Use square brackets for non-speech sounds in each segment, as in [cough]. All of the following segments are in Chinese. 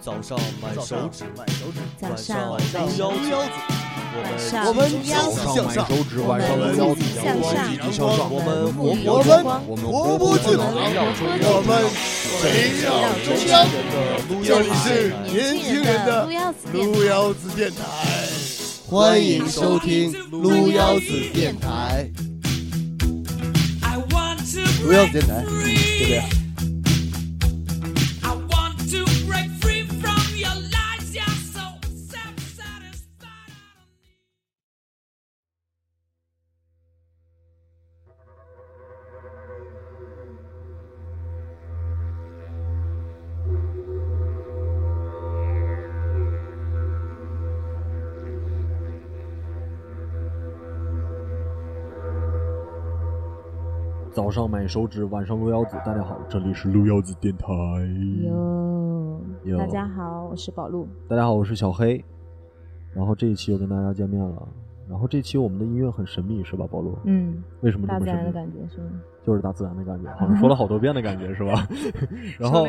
早上买早手上指，买手指，晚早上上撸腰撸子，我们腰子，上我们积极腰向上子向上手指，晚上撸腰子向上积极向上我们活我们泼我自们光我们活泼自我们我要们追我们围绕中中央央的撸这腰里是台年轻人的路腰子撸腰子电台，欢迎收听撸撸腰腰子子电电台。 I want to 撸腰子 break 电台，嗯，就这样。 I want to break free from your lies. You're so self-satisfied. 早上买手指，晚上撸腰子。大家好，这里是撸腰子电台。哟，哟大家好，我是宝路。大家好，我是小黑。然后这一期又跟大家见面了。然后这期我们的音乐很神秘，是吧，保罗？嗯，为什么这大么自然的神秘？感觉是吗？就是大自然的感觉，好像说了好多遍的感觉，是 [laughs] 吧？然后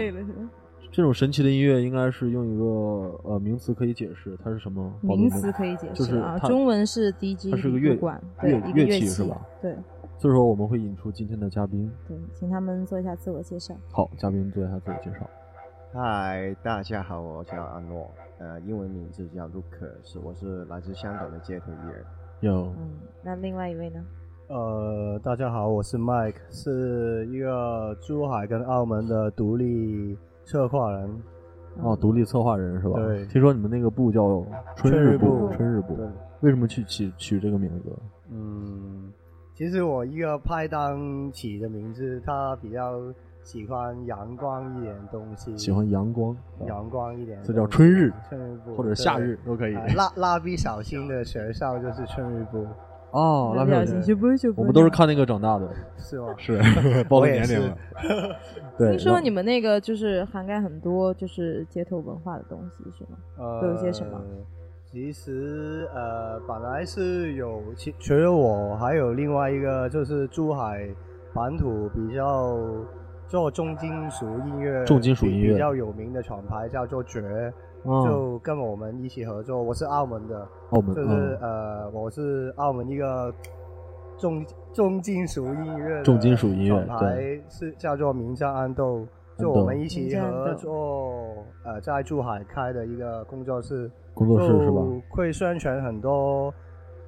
这种神奇的音乐应该是用一个呃名词可以解释，它是什么？保罗名词可以解就是释啊，它中文是 DJ，它是个乐乐管，对，乐一个乐器器是吧？对所以说我们会引出今天的嘉宾。对，请他们做一下自我介绍。好，嘉宾做一下自我介绍。嗨，大家好，我叫阿诺，呃，英文名字叫 Lucas，我是来自香港的街头艺人。有嗯，那另外一位呢？呃，大家好，我是 Mike，是一个珠海跟澳门的独立策划人。哦，独立策划人是吧？对听说你们那个部叫春春日日部部，春日部对，嗯为什么去起取这个名字？嗯，其实我一个拍档起的名字，他比较喜欢阳光一点的东西，喜欢阳光，是吧阳光一点的东西，这叫春日春日部或者夏日都可以对啊蜡蜡笔小新的学校就是春日部，哦，拉票表姐情，就不会就我们都是看那个长大的，是吗？是 [laughs] 暴露年龄了。对，听说然后你们那个就是涵盖很多就是街头文化的东西是吗？呃都有些什么？其实呃，本来是有，其除了我还有另外一个，就是珠海bản土比较做重金属音乐，重金属比音乐比较有名的厂牌叫做爵，啊就跟我们一起合作。我是澳门的，澳门，就是、嗯呃，我是澳门一个重重金属音乐的重金属音乐厂牌是叫做名叫安豆，就安豆我们一起名叫安合豆作呃，在珠海开的一个工作室，工作室是吧？就会宣传很多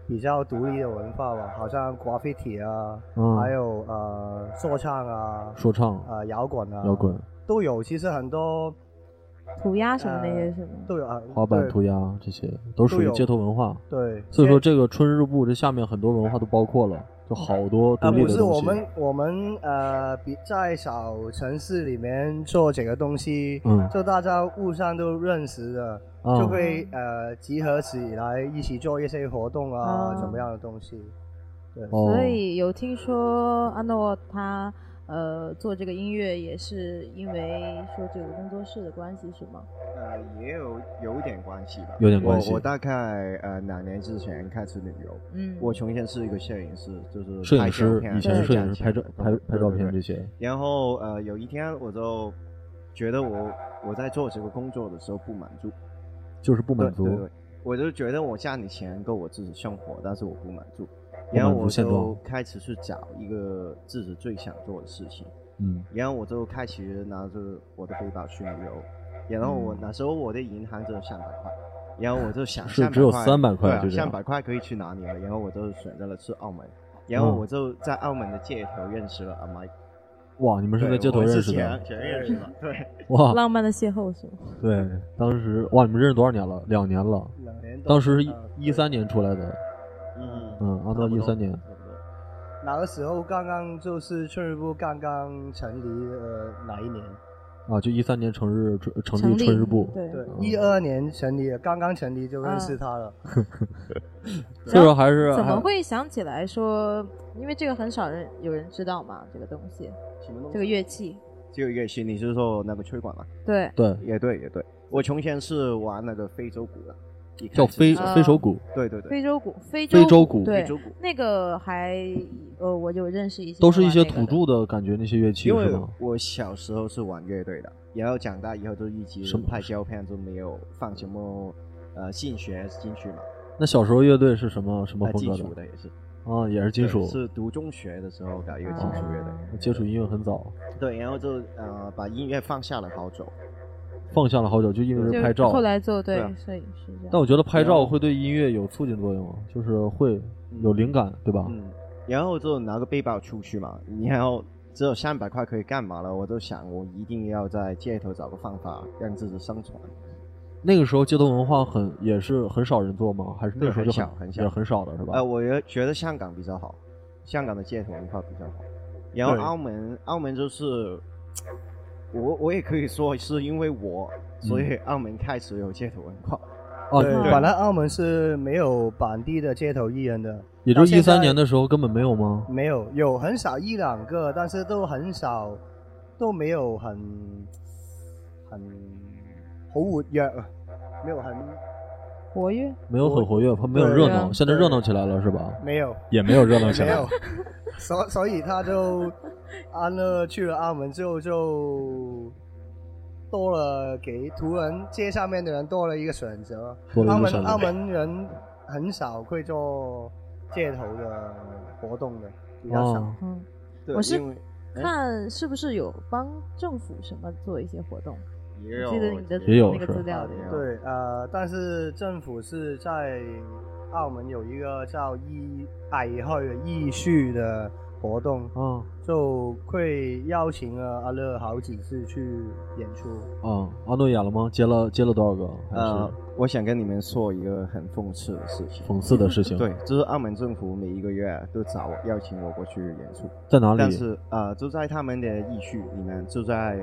比较独立的文化吧，好像 graffiti 啊，嗯，还有呃说唱啊，说唱、呃摇滚啊，摇滚、都有，其实很多涂鸦什么那些是吗？都有啊，滑板、对涂鸦这些都属都于有街头文化。对，所以说，这个春日部这下面很多文化都包括了，嗯就好多独啊，立不的是我东们西。，我们呃，比在小城市里面做这个东西，嗯就大家互相都认识的，啊就会呃集合起来一起做一些活动啊，哦怎么样的东西？哦所以有听说阿诺他呃做这个音乐也是因为说这个工作室的关系是吗？呃，也有有点关系吧，有点关系我我大概呃两年之前开始旅游，嗯，我从前是一个摄影师，就是摄拍影照师片啊以前是摄影赚师钱拍照的拍拍照对片这对对些。然后呃有一天我就觉得我我在做这个工作的时候不满足，就是不满足对对对，我就觉得我家里钱够我自己生活，但是我不满足，不然后满足我现就状开始去找一个自己最想做的事情，嗯，然后我就开始拿着我的背包去旅游，然后我嗯那时候我的银行只有三百块，然后我就想是300只有块300块就对这啊，样三百块可以去哪里了？然后我就选择了去澳门，然后嗯我就在澳门的街头认识了阿麦，哇，你们是在对街头我们认是识的前？前认识的，对，哇，浪漫的邂逅是吗？对，当时哇，你们认识多少年了？两年了。两年多当时是一呃一三年出来的，嗯，嗯，阿诺差不一多三年，差不多哪个时候刚刚就是春日部刚刚成立呃哪一年？啊，就一三年成日春成成立立春日部。对对，嗯一二年成立的，刚刚成立就认识他啊了。所以说还是怎么还会想起来说？因为这个很少人有人知道嘛，这个东西，什么东西这个乐器，就乐器，你是说那个吹管吗？对，对也对，也对。我从前是玩那个非洲鼓的，一开叫始非是呃非手鼓，对对对，非洲鼓，非非洲鼓，鼓对非洲鼓，那个还呃，我就认识一些，都是一些土。著的感觉，那些乐器因是为吗？我小时候是玩乐队的，然后长大以后就一直什么拍胶片，就没有放什么呃性学进去嘛，那小时候乐队是什么什么呃风金格属的？的也是啊，也是金属对。是读中学的时候搞一个金属乐队，我接触音乐很早，对，然后就呃把音乐放下了好久，放下了好久，就因为就是拍照。后来做对对啊摄影师这样。但我觉得拍然照后会对音乐有促进作用啊，就是会有灵感，对吧？嗯，然后就拿个背包出去嘛，然后只有三百块可以干嘛了？我就想我一定要在街头找个方法让自己生存，那个时候街头文化很也是很少人做吗？还是那对个时候就很少很少也很少的是吧？呃，我也觉得香港比较好，香港的街头文化比较好。然后对澳门，澳门就是我我也可以说是因为我，所以澳门开始有街头文化。哦，对， [laughs] 对本来澳门是没有本地的街头艺人的，也就到现一在三年的时候根本没有吗？没有，有很少一两个，但是都很少，都没有很很好活跃啊，没有很活跃，没有很活跃，它没有对热对闹，啊现在热闹起来了是吧？没有也没有热闹起没来有，，所所以他就安了去了澳门之后就多了给途人街上面的人多了一个选择，多了澳一个门山澳头。门人很少会做街头的活动的，比较少。哦嗯，对我是因为哎看是不是有帮政府什么做一些活动？也我记得你的也有那个是资料里也有对，呃，但是政府是在澳门有一个叫哎艺艺墟艺术的活动，啊就会邀请了阿乐好几次去演出。啊！阿诺演了吗？接了接了多少个？还呃，我想跟你们说一个很讽刺的事情是。讽刺的事情。对，，就是澳门政府每一个月都找我邀请我过去演出，在哪但里？是呃，就在他们的艺术里面，就在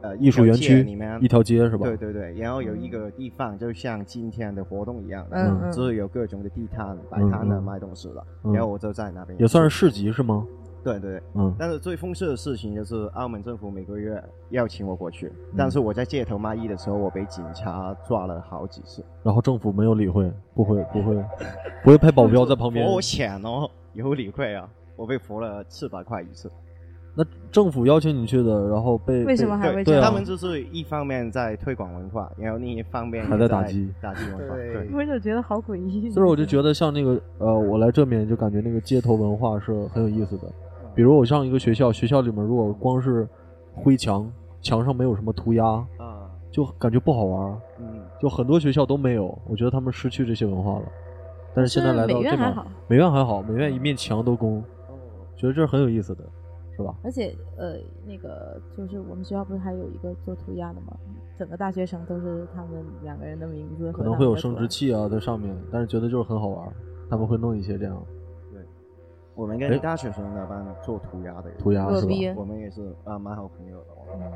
呃艺术园一条街区里面一条街是吧？对对对，然后有一个地方，就像今天的活动一样的，嗯嗯就是有各种的地摊、摆摊嗯的、嗯卖东西的，嗯然后我就在那边也算是市集是吗？对对对。嗯，但是最丰盛的事情就是澳门政府每个月邀请我过去，嗯但是我在街头卖艺的时候，我被警察抓了好几次，然后政府没有理会，不会不会不会派保镖在旁边罚。 [laughs] 我钱哦，有理会啊，我被罚了四百块一次。那政府邀请你去的，然后被为什被么还对，会这这样他样们？就是一方面在推广文化，然后另一方面还在在打击打击文化。对对，我就觉得好诡异。所以我就觉得像那个呃，我来这面就感觉那个街头文化是很有意思的。比如我上一个学校，学校里面如果光是灰墙，墙上没有什么涂鸦，啊，就感觉不好玩儿。嗯，就很多学校都没有，我觉得他们失去这些文化了。但 [laughs] 是现在来到美这院还边好，，美院还好，美院一面墙都供，哦觉得这是很有意思的，是吧？而且呃，那个就是我们学校不是还有一个做涂鸦的吗？整个大学城都是他们两个人的名字，可能会有生殖。器啊在上面，但是觉得就是很好玩儿，他们会弄一些这样我们哎跟大学生那帮做涂鸦的人涂鸦乐是吧？逼我们也是啊，蛮好朋友的。我们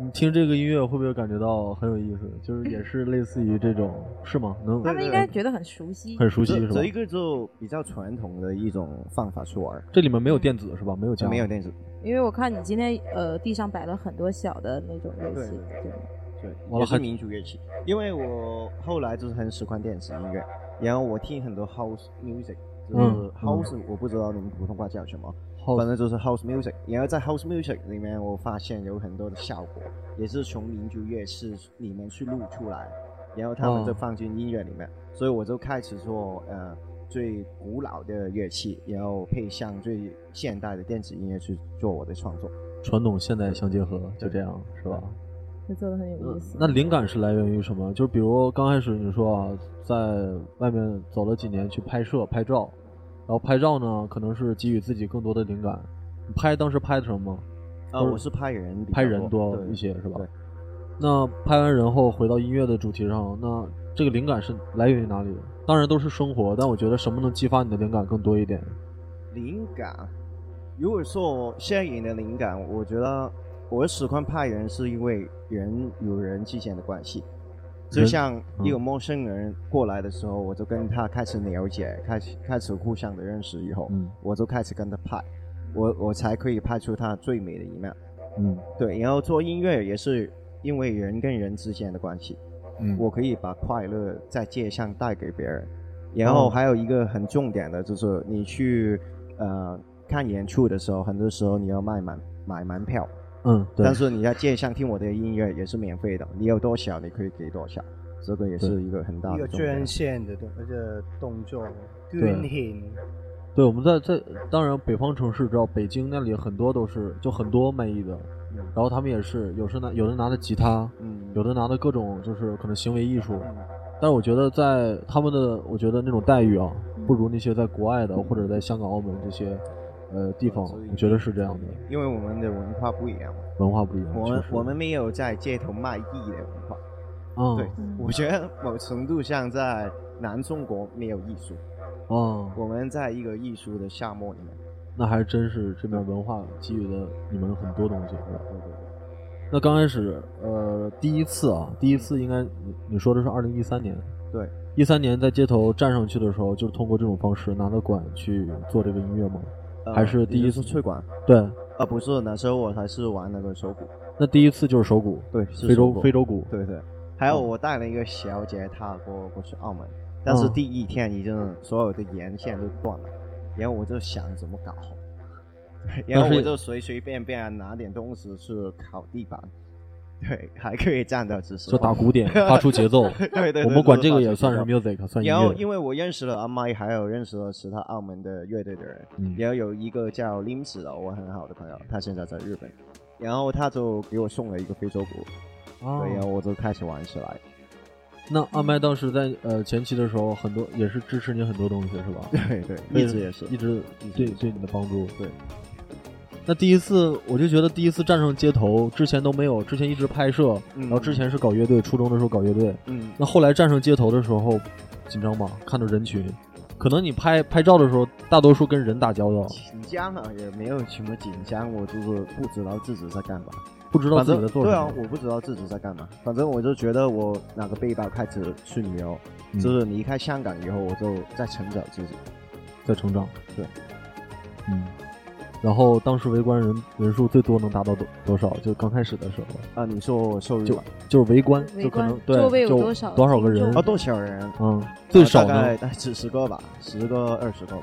你嗯听这个音乐会不会感觉到很有 [laughs] 意思？就是也是类似于这种，是吗？能他们应该觉得很熟悉，很熟悉是这吧这？一个就比较传统的一种方法去玩，这里面没有电子是吧？没有嗯加，没有电子。因为我看你今天呃地上摆了很多小的那种乐器，对对吗对，完了也是还民族乐器。因为我后来就是很喜欢电子音乐，然后我听很多 house music，就嗯是 house，、我不知道你们普通话叫什么，好反正就是 house music。然后在 house music 里面，我发现有很多的效果，也是从民族乐器里面去录出来，然后他哦们就放进音乐里面，所以我就开始做呃最古老的乐器，然后配上最现代的电子音乐去做我的创作。传统现代相结合，就这样是吧？就做的很有意思。嗯那灵感是来源于什么？就比如刚开始你说啊，在外面走了几年去拍摄拍照，然后拍照呢，可能是给予自己更多的灵感。你拍当时拍的什么？啊，都是我是拍人比较，拍人多对一些是吧对，那拍完人后回到音乐的主题上，那这个灵感是来源于哪里？当然都是生活，但我觉得什么能激发你的灵感更多一点？灵感，如果说我摄影的灵感，我觉得我喜欢拍人是因为人与人之间的关系。就人像一个嗯陌生人过来的时候，我就跟他开始了解，开始开始互相的认识以后，嗯我就开始跟他拍，我我才可以拍出他最美的一面。嗯，对，然后做音乐也是因为人跟人之间的关系，嗯我可以把快乐在街上带给别人。然哦后还有一个很重点的就是，你去呃看演出的时候，很多时候你要卖门买门票，嗯，对但，是你在街上听我的音乐也是免费的，你有多少你可以给多少，这个也是一个很大一的个重点捐。献的动一个动作，对捐献，对，我们在在当然北方城市，知道北京那里很多都是就很多卖艺的，然后他们也是有时拿有的拿的吉他，嗯，有的拿的各种就是可能行为艺术，但是我觉得在他们的我觉得那种待遇啊，嗯不如那些在国外的或者在香港、澳门这些呃地方，我觉得是这样的，因为我们的文化不一样嘛，文化不一样。我们确实我们没有在街头卖艺的文化。嗯对，我觉得某程度上在南中国没有艺术，嗯，我们在一个艺术的沙漠里面。那还真是这边文化给予了你们很多东西。对对对，那刚开始，呃，第一次啊，第一次应该你你说的是二零一三年，对，一三年在街头站上去的时候，就是通过这种方式拿着管去做这个音乐吗？呃还是第一你次就说吹管？对，啊，不是，那时候我还是玩那个手鼓。那第一次就是手鼓，对，是非手洲鼓非。哦洲鼓，对对，还有我带了一个小吉他过过去澳门，但哦是第一天已经所有的沿线都断了，然后我就想怎么搞好，然后我就随随便便拿点东西去烤地板，对，还可以站到直升。就打鼓点发出节 [laughs] 奏。 [laughs] 对对对，我们管这个也就是算是发出节奏 music，算音然后，乐。因为我认识了阿麦，还有认识了其他澳门的乐队的人，嗯然后有一个叫林子的，我很好的朋友，他现在在日本，然后他就给我送了一个非洲鼓，啊对，然后我就开始玩起 [laughs] 来。那阿麦当时在呃前期的时候，很多也是支持你很多东西，是吧？对对，对一直也是一直对对你的帮助。对，那第一次我就觉得第一次站上街头，之前都没有，之前一直拍摄，嗯然后之前是搞乐队，初中的时候搞乐队。嗯，那后来站上街头的时候，紧张吗？看到人群，可能你拍拍照的时候，大多数跟人打交道，紧张啊，也没有什么紧张，我就是不知道自己在干嘛，不知道反自己正在做什对啊么，。我不知道自己在干嘛，反正我就觉得我拿个背包开始去旅游，嗯就是离开香港以后，我就在寻找自己。在成长。对，嗯。然后当时围观人人数最多能达到多多少？就刚开始的时候，啊，你说我受辱就吧？就是围观，围就可观能对，周围有就多少多少个听众人啊，多少人？嗯，最少啊呢 [laughs] 大？概十十个吧，十个二十个吧。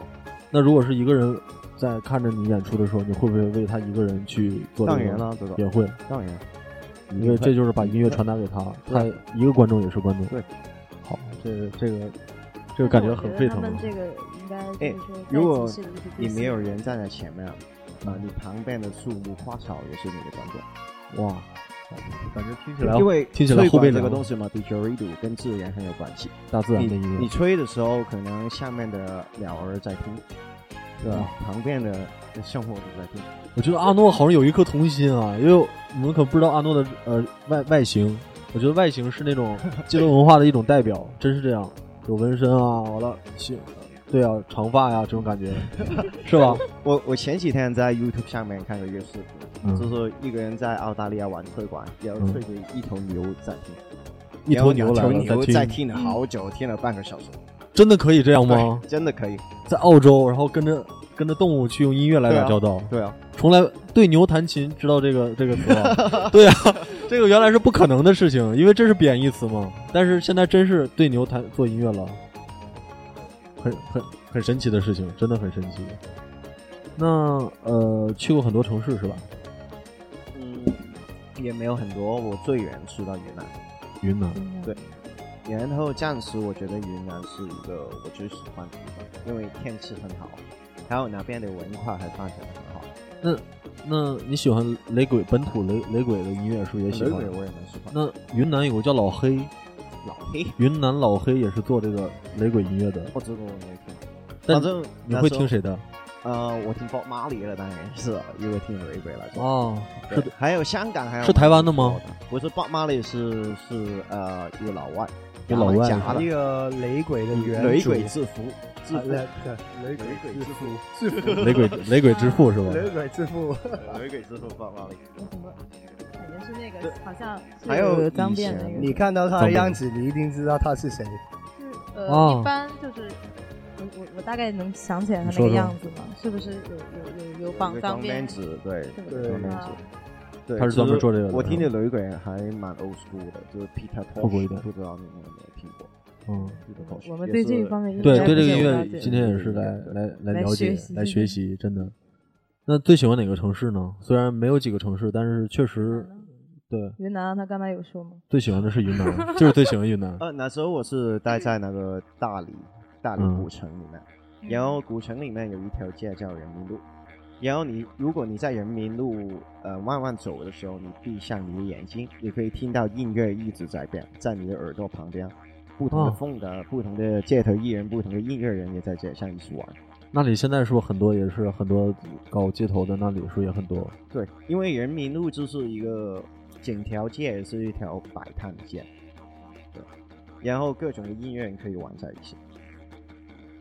那如果是一个人在看着你演出的时候，你会不会为他一个人去做这当个？然了，这个也会，当然，因为这就是把音乐传达给他，他对一个观众也是观众。对，好，这个这个这个感觉很沸腾他们啊。这个应该哎就是说在集市里是第如四，果你没有人站在前面，啊，你旁边的树木花草也是你的观众。哇，感觉听起来因为听起来后背这凉个东西嘛 d i g e r i d o 跟自然很有关系。大自然你的音你乐，吹的时候，可能下面的鸟儿在听，对吧？旁边的生活也在听。我觉得阿诺好像有一颗童心啊，因为你们可不知道阿诺的呃外外形，我觉得外形是那种街头文化的一种代表， [laughs] 真是这样，有纹身啊，完了，行，对啊，长发呀、这种感觉， [laughs] 是 [laughs] 吧？我我前几天在 YouTube 上面看了一个视频，嗯就是一个人在澳大利亚玩推管，然后嗯吹着一头牛在听，一然后头牛来两头了，牛再在听，听了好久，听了半个小时。真的可以这样吗？对，真的可以。在澳洲，然后跟着跟着动物去用音乐来对啊打交道，对啊，从来对牛弹琴知道这个 [laughs] 这个词啊？对啊，这个原来是不可能的事情，因为这是贬义词嘛。但是现在真是对牛弹做音乐了，很很很神奇的事情，真的很神奇。那呃，去过很多城市是吧？嗯，也没有很多。我最远去到云南。云南，对然后暂时我觉得云南是一个我最喜欢的地方，因为天气很好，还有那边的文化还发展的很好。那你喜欢雷鬼本土雷雷鬼的音乐是不是也喜欢雷？鬼我也蛮喜欢。那云南有个叫老黑，老 [laughs] 黑，云南老黑也是做这个雷鬼音乐的，哦，这个我没听。但反正你那会时候听？谁的？呃，我听 Bob Marley 了，当然是，因为听雷鬼了。哦，对是的，还有香港，还有是台湾的吗？不是，Bob Marley 是是呃一个老外，一个老外假的啊一个雷鬼的原雷主鬼制服，制 [laughs] 啊服，雷对雷鬼之父，制服雷鬼雷鬼之父是吧？雷鬼之父， [laughs] 雷鬼制服 Bob Marley。感觉是那个好像是还有脏以辫前那个，你看到他的样子，你一定知道他是谁。是呃，哦一般就是我我我大概能想起来你他那说个说样子嘛，是不是有有有有绑有一个脏装辫辫？子，对，对对装辫啊子。对，他是专门做这个的我听的雷鬼还蛮 old school 的，就是 Peter Tosh，会不会的不知道你们有没有听过嗯， Peter Tosh？我们对这一方嗯面对也对，这个了音解乐了解今天也是来对来来来了解学习来学习，真的。那最喜欢哪个城市呢？虽然没有几个城市，但是确实对云南，他刚才有说吗？最喜欢的是云南，就是最喜欢云南。呃，那时候我是待在那个大理，大理嗯古城里面，然后古城里面有一条街叫人民路，然后你如果你在人民路呃慢慢走的时候，你闭上你的眼睛，你可以听到音乐一直在变，在你的耳朵旁边，不同的哦风格、不同的街头艺人、不同的音乐人也在街上一起玩。 [laughs] 那里现在是不是很多也是很多搞街头的？那里是不是也很多？对，因为人民路就是一个整条街是一条摆摊街，对，然后各种的音乐人可以玩在一起。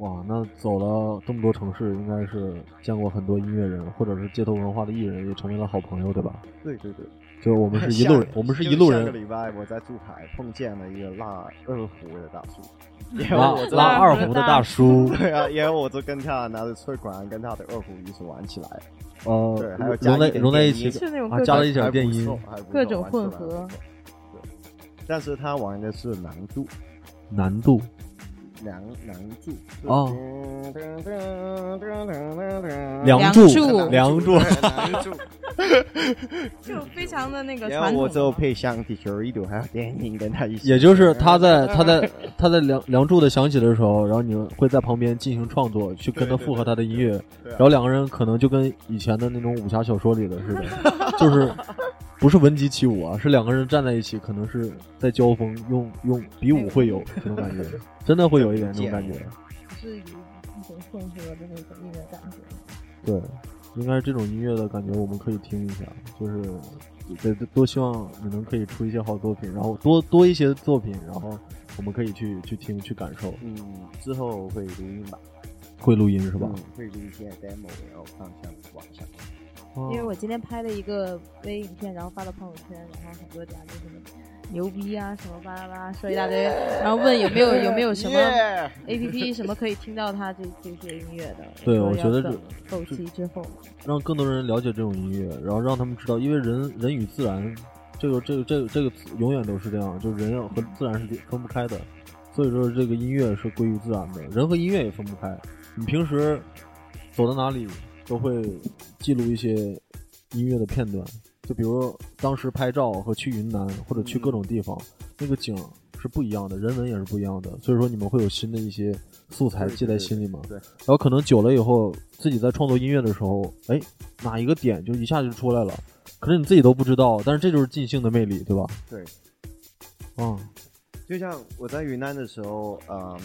哇，那走了这么多城市，应该是见过很多音乐人，或者是街头文化的艺人，也成为了好朋友，对吧？对对对，就是我们是一路人下，我们是一路因为上个人，礼拜我在珠海碰见了一个拉二胡的大 [laughs] 叔，然后拉我就啊拉二胡的大叔， [laughs] 对啊，然后我就跟他拿着吹管跟他的二胡一起玩起来，对呃还有，加融在一点融在一电音起是那种啊各加了种一点电音还不错，还不错各种玩起来混还合不错对，但是他玩的是南渡，难度。梁梁祝哦，嗯梁祝祝，梁祝，梁 [laughs] 祝，就非常的那个然传后统。我就配上 d i g e r i d o 还有电音跟他一起， [laughs] 也就是他在他在他在梁梁祝的响起的时候，然后你会在旁边进行创作，去跟他附合他的音乐，对啊然后两个人可能就跟以前的那种武侠小说里的似的，就是不是文集起舞啊，是两个人站在一起，可能是在交锋，用用比武会友这种感觉，真的会有一点这种感觉，是一种混合的那种音乐感觉。对，应该是这种音乐的感觉，我们可以听一下，就是。对，多希望你们可以出一些好作品，然后多多一些作品，然后我们可以去去听去感受。嗯，之后会录音吧，会录音是是吧？？会录嗯一些 demo，然后放上网上。因为我今天拍了一个微影片，然后发到朋友圈，然后很多家就什么牛逼啊，什么巴拉巴拉说一大堆，然后问有没呃有有没有什么 Yeah！ A P P 什么可以听到他这这些音乐的。 [laughs] 对说我要觉得等这后期之后，让更多人了解这种音乐，然后让他们知道，因为人人与自然，这个这个这个这个词永远都是这样，就是人要和自然是分不开的。所以说，这个音乐是归于自然的，人和音乐也分不开。你平时走到哪里都会记录一些音乐的片段，就比如当时拍照和去云南或者去各种地方，那个景是不一样的，人文也是不一样的。所以说，你们会有新的一些素材对记对在对心里吗？对然后可能久了以后，自己在创作音乐的时候，哎，哪一个点就一下就出来了，可能你自己都不知道，但是这就是尽兴的魅力，对吧？对，嗯，就像我在云南的时候，嗯，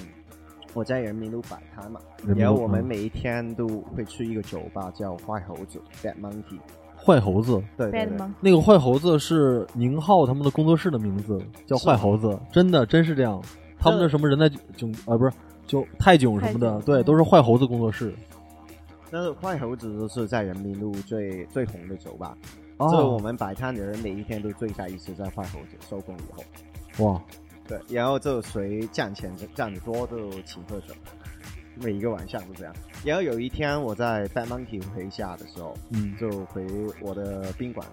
我在人民路摆摊嘛，人民路然后我们嗯每一天都会去一个酒吧叫坏猴子 （Bad Monkey）。坏猴子，对对 Bad 对，吗？那个坏猴子是宁浩他们的工作室的名字，叫是吗坏猴子，真的真是这样。他们的什么人在囧啊，不是就泰囧什么泰的，囧嗯对，都是坏猴子工作室。但是坏猴子就是在人民路最最红的酒吧，哦所以我们摆摊的人每一天都聚在一起，在坏猴子收工以后，哇，对，然后就谁站前站的多就请喝酒，每一个晚上都这样。然后有一天我在 Bad Monkey 回家的时候，嗯，就回我的宾馆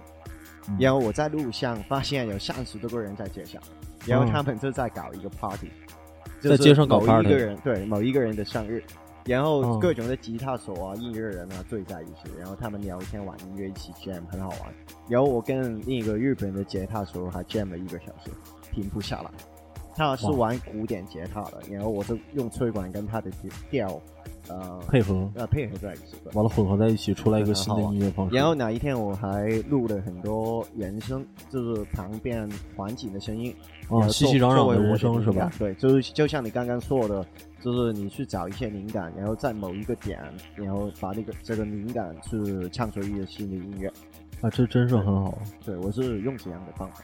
嗯，然后我在路上发现有三十多个人在街上，然后嗯他们就在搞一个 party，、在街上搞 party 某一个人对某一个人的生日，然后嗯各种的吉他手啊、音乐人啊聚在一起，然后他们聊天玩音乐一起 jam 很好玩，然后我跟另一个日本的吉他手还 jam 了一个小时，停不下来。他是哇玩古典吉他的，然后我就用吹管跟他的调，呃，配合呃配合在一起。对完了混合在一起，出来一个新的很好啊音乐方式。然后哪一天我还录了很多人声，就是旁边环境的声音，啊，熙熙攘攘的人生是吧？？对，就是就像你刚刚说的，就是你去找一些灵感，然后在某一个点，然后把那个这个灵感去唱出一个新的音乐。啊，这真是很好。对我是用这样的方法。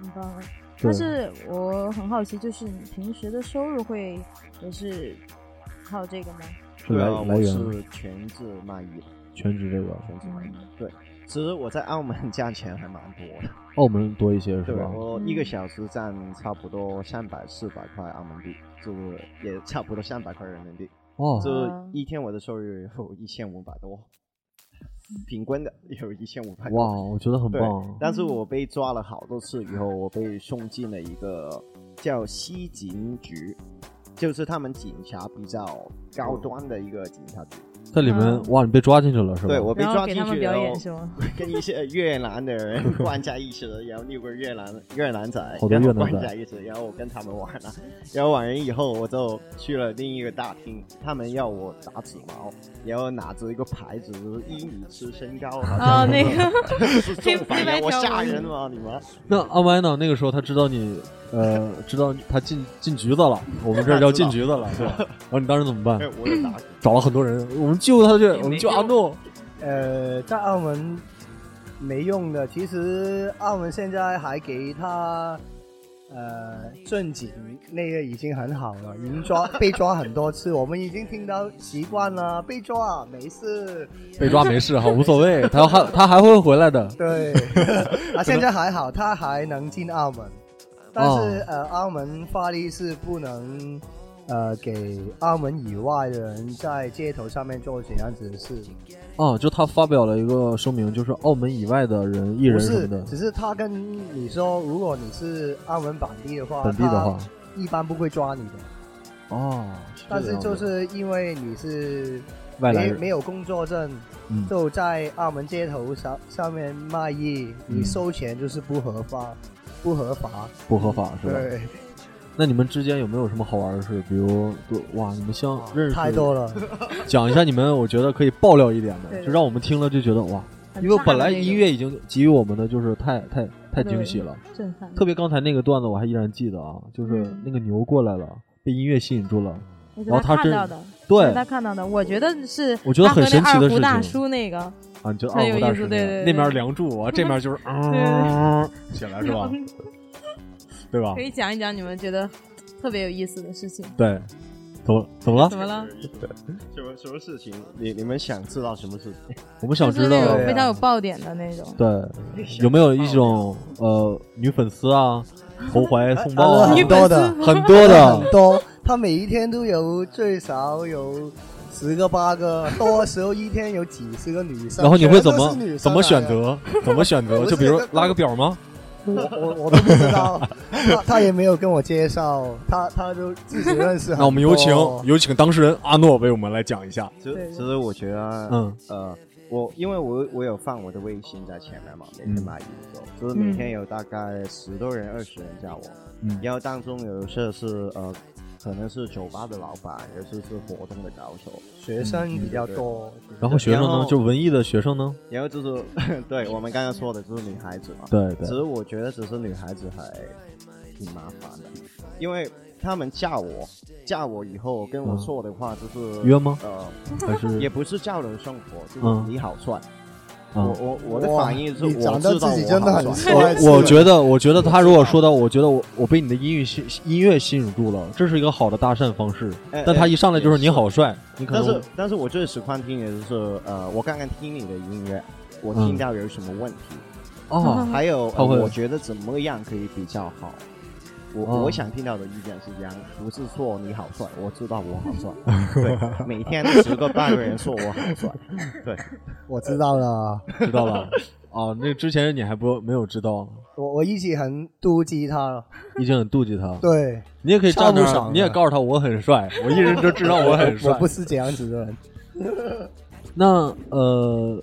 很棒啊。对但是我很好奇，就是你平时的收入会也是靠这个吗？是来啊，来我源是全职卖艺的，全职这个，全职嗯卖艺。对，嗯其实我在澳门 [laughs] 赚钱还蛮多的，澳门多一些是对吧？我一个小时赚差不多三百四百块澳门币，就是也差不多三百块人民币。哦，就啊 [laughs] 一天我的收入有一千五百多，平均的有一千五百。哇，我觉得很对棒。啊但是我被抓了好多次以后，我被送进了一个叫西警局，就是他们警察比较哦高端的一个警察局。在里面，哇，你被抓进去了是嗯吧？对我被然后抓给进他们去表然演后是吗？ [laughs] 跟一些越南的 [laughs] 人关在一起了，然后六个越南越南仔，好多然后越南仔关在一起，然后我跟他们玩了，然后玩完以后我就去了另一个大厅，他们要我打纸毛，然后拿着一个牌子，一米七身 [laughs] 高，好哦像那个 [laughs] 是重黑犯白呀，我条吓纹人吗？你们那阿歪呢？那个时候他知道你，呃，知道他进进局子了，我们这儿叫进局 [laughs] 子了，对吧？然后你当时怎么办哎？我有打找了很多人，我们救他去，我们救 [laughs] 阿诺。呃，在澳门没用的，其实澳门现在还给他呃正经那个已经很好了，已经抓被抓很多次，我们已经听到习惯了，被抓啊没事。被抓没事哈，无所谓，他还他还会回来的。对，啊，现在还好，他还能进澳门，但是、呃，澳门法律是不能呃给澳门以外的人在街头上面做怎样子的事。啊，就他发表了一个声明，就是澳门以外的人、艺不人什是么的，，只是他跟你说，如果你是澳门本地的话，本地的话，他一般不会抓你的。哦，但这是样的就是因为你是外来没人没有工作证，嗯就在澳门街头上上面卖艺，嗯你收钱就是不合法，不合法。不合法是吧？对，那你们之间有没有什么好玩的事？比如，对哇，你们相哦认识太多了。讲一下你们，我觉得可以爆料一点的，对就让我们听了就觉得哇，很 [laughs] 因为炸本的来那音种乐已经给予我们的就是太太太惊喜了，震撼，特别刚才那个段子我还依然记得啊，就是嗯那个牛过来了，被音乐吸引住了，那是然后他看真到的，对是他看到的，我觉得是我觉得他很和那神奇二的胡事大情叔那个，啊，你觉得很二有胡意大思师对对那对边梁祝啊，这边就是啊起来是吧？对吧 [laughs] 可？以讲一讲你们觉得特别有意思的事情。对，怎么怎么了怎？么了？什么什么事情？你你们想知道什么事情？我们就想是知那道种非常有爆点的那种。对有没有一种呃女粉丝啊，投怀送抱啊，哎女女 [laughs] 粉粉哎丝多的丝，很多很的，多，他每一天都有最少有十个八个，多的时候一天有几十个女生。然后你会怎全都是女么生怎来的么选？择？怎么 [laughs] 选择？不是就比如那拉个表吗？ [laughs] 我我我都不知 [laughs] 道，他他也没有跟我介绍，他他就自己认识 [laughs] 很多。那我们有请有请当事人阿诺为我们来讲一下。其对实其实我觉得，嗯，呃，我因为我我有放我的微信在前面嘛，每天嗯买衣服，就是每天有大概十多人、二十人加我，嗯然后当中有一些是呃，可能是酒吧的老板，有些是活动的高手，学生比较多，然后学生嗯然呢后？就文艺的学生呢？然后就是 [laughs] 对我们刚刚说的就是女孩子嘛，对其对，实我觉得只是女孩子还挺麻烦的，因为她们嫁我，嫁我以后跟我嗯说的话就是、约吗呃，还是也不是交流生活，就嗯是你好帅。嗯我我我的哇反应是，你我长得知道自己我真的好很帅帅我我觉得，我觉得他如果说到，我觉得我我被你的音乐吸音乐吸引住了，这是一个好的搭讪方式。哎但他一上来就是哎你好帅，你可但是能但是我最喜欢听的就是呃，我刚刚听你的音乐，我听到有什么问题，嗯 [laughs] 哦，还有、嗯他呃、会我觉得怎么样可以比较好。我、哦我想听到的意见是这样，不是说你好帅，我知道我好 [laughs] 帅。对，每天十个半个人说我好帅，对，我知道了。知道了。哦，那之前你还不没有知道，我我一直很妒忌他了，已经很妒忌他。对，你也可以站那上不儿，上你也告诉他我很帅，我一人就知道我很 [laughs] 我帅不。是这样子的人。那呃，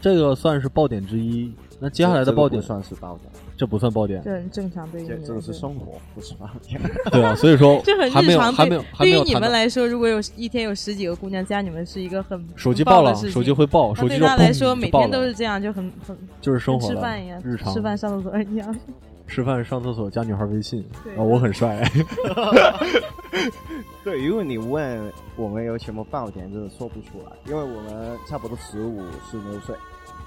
这个算是爆点之一。那接下来的爆点这个不算是爆点，这不算爆点，这很正常，对于你这们这个是来说生活，不是爆点。对啊，所以说 [laughs] 这还很没日有常。还没有对还没有对于你谈们到来说，如果有一天有十几个姑娘加你们，是一个很手机很爆爆了，的事情手机会爆，手那机对就他来说，砰就每爆天都了是这样，就很很就是生活跟吃了饭一样，日常吃饭上厕所一样。吃饭上厕所加女孩微信，对啊，我很帅，对，如果你问我们有什么爆点，真的说不出来，因为我们差不多十五、十六岁，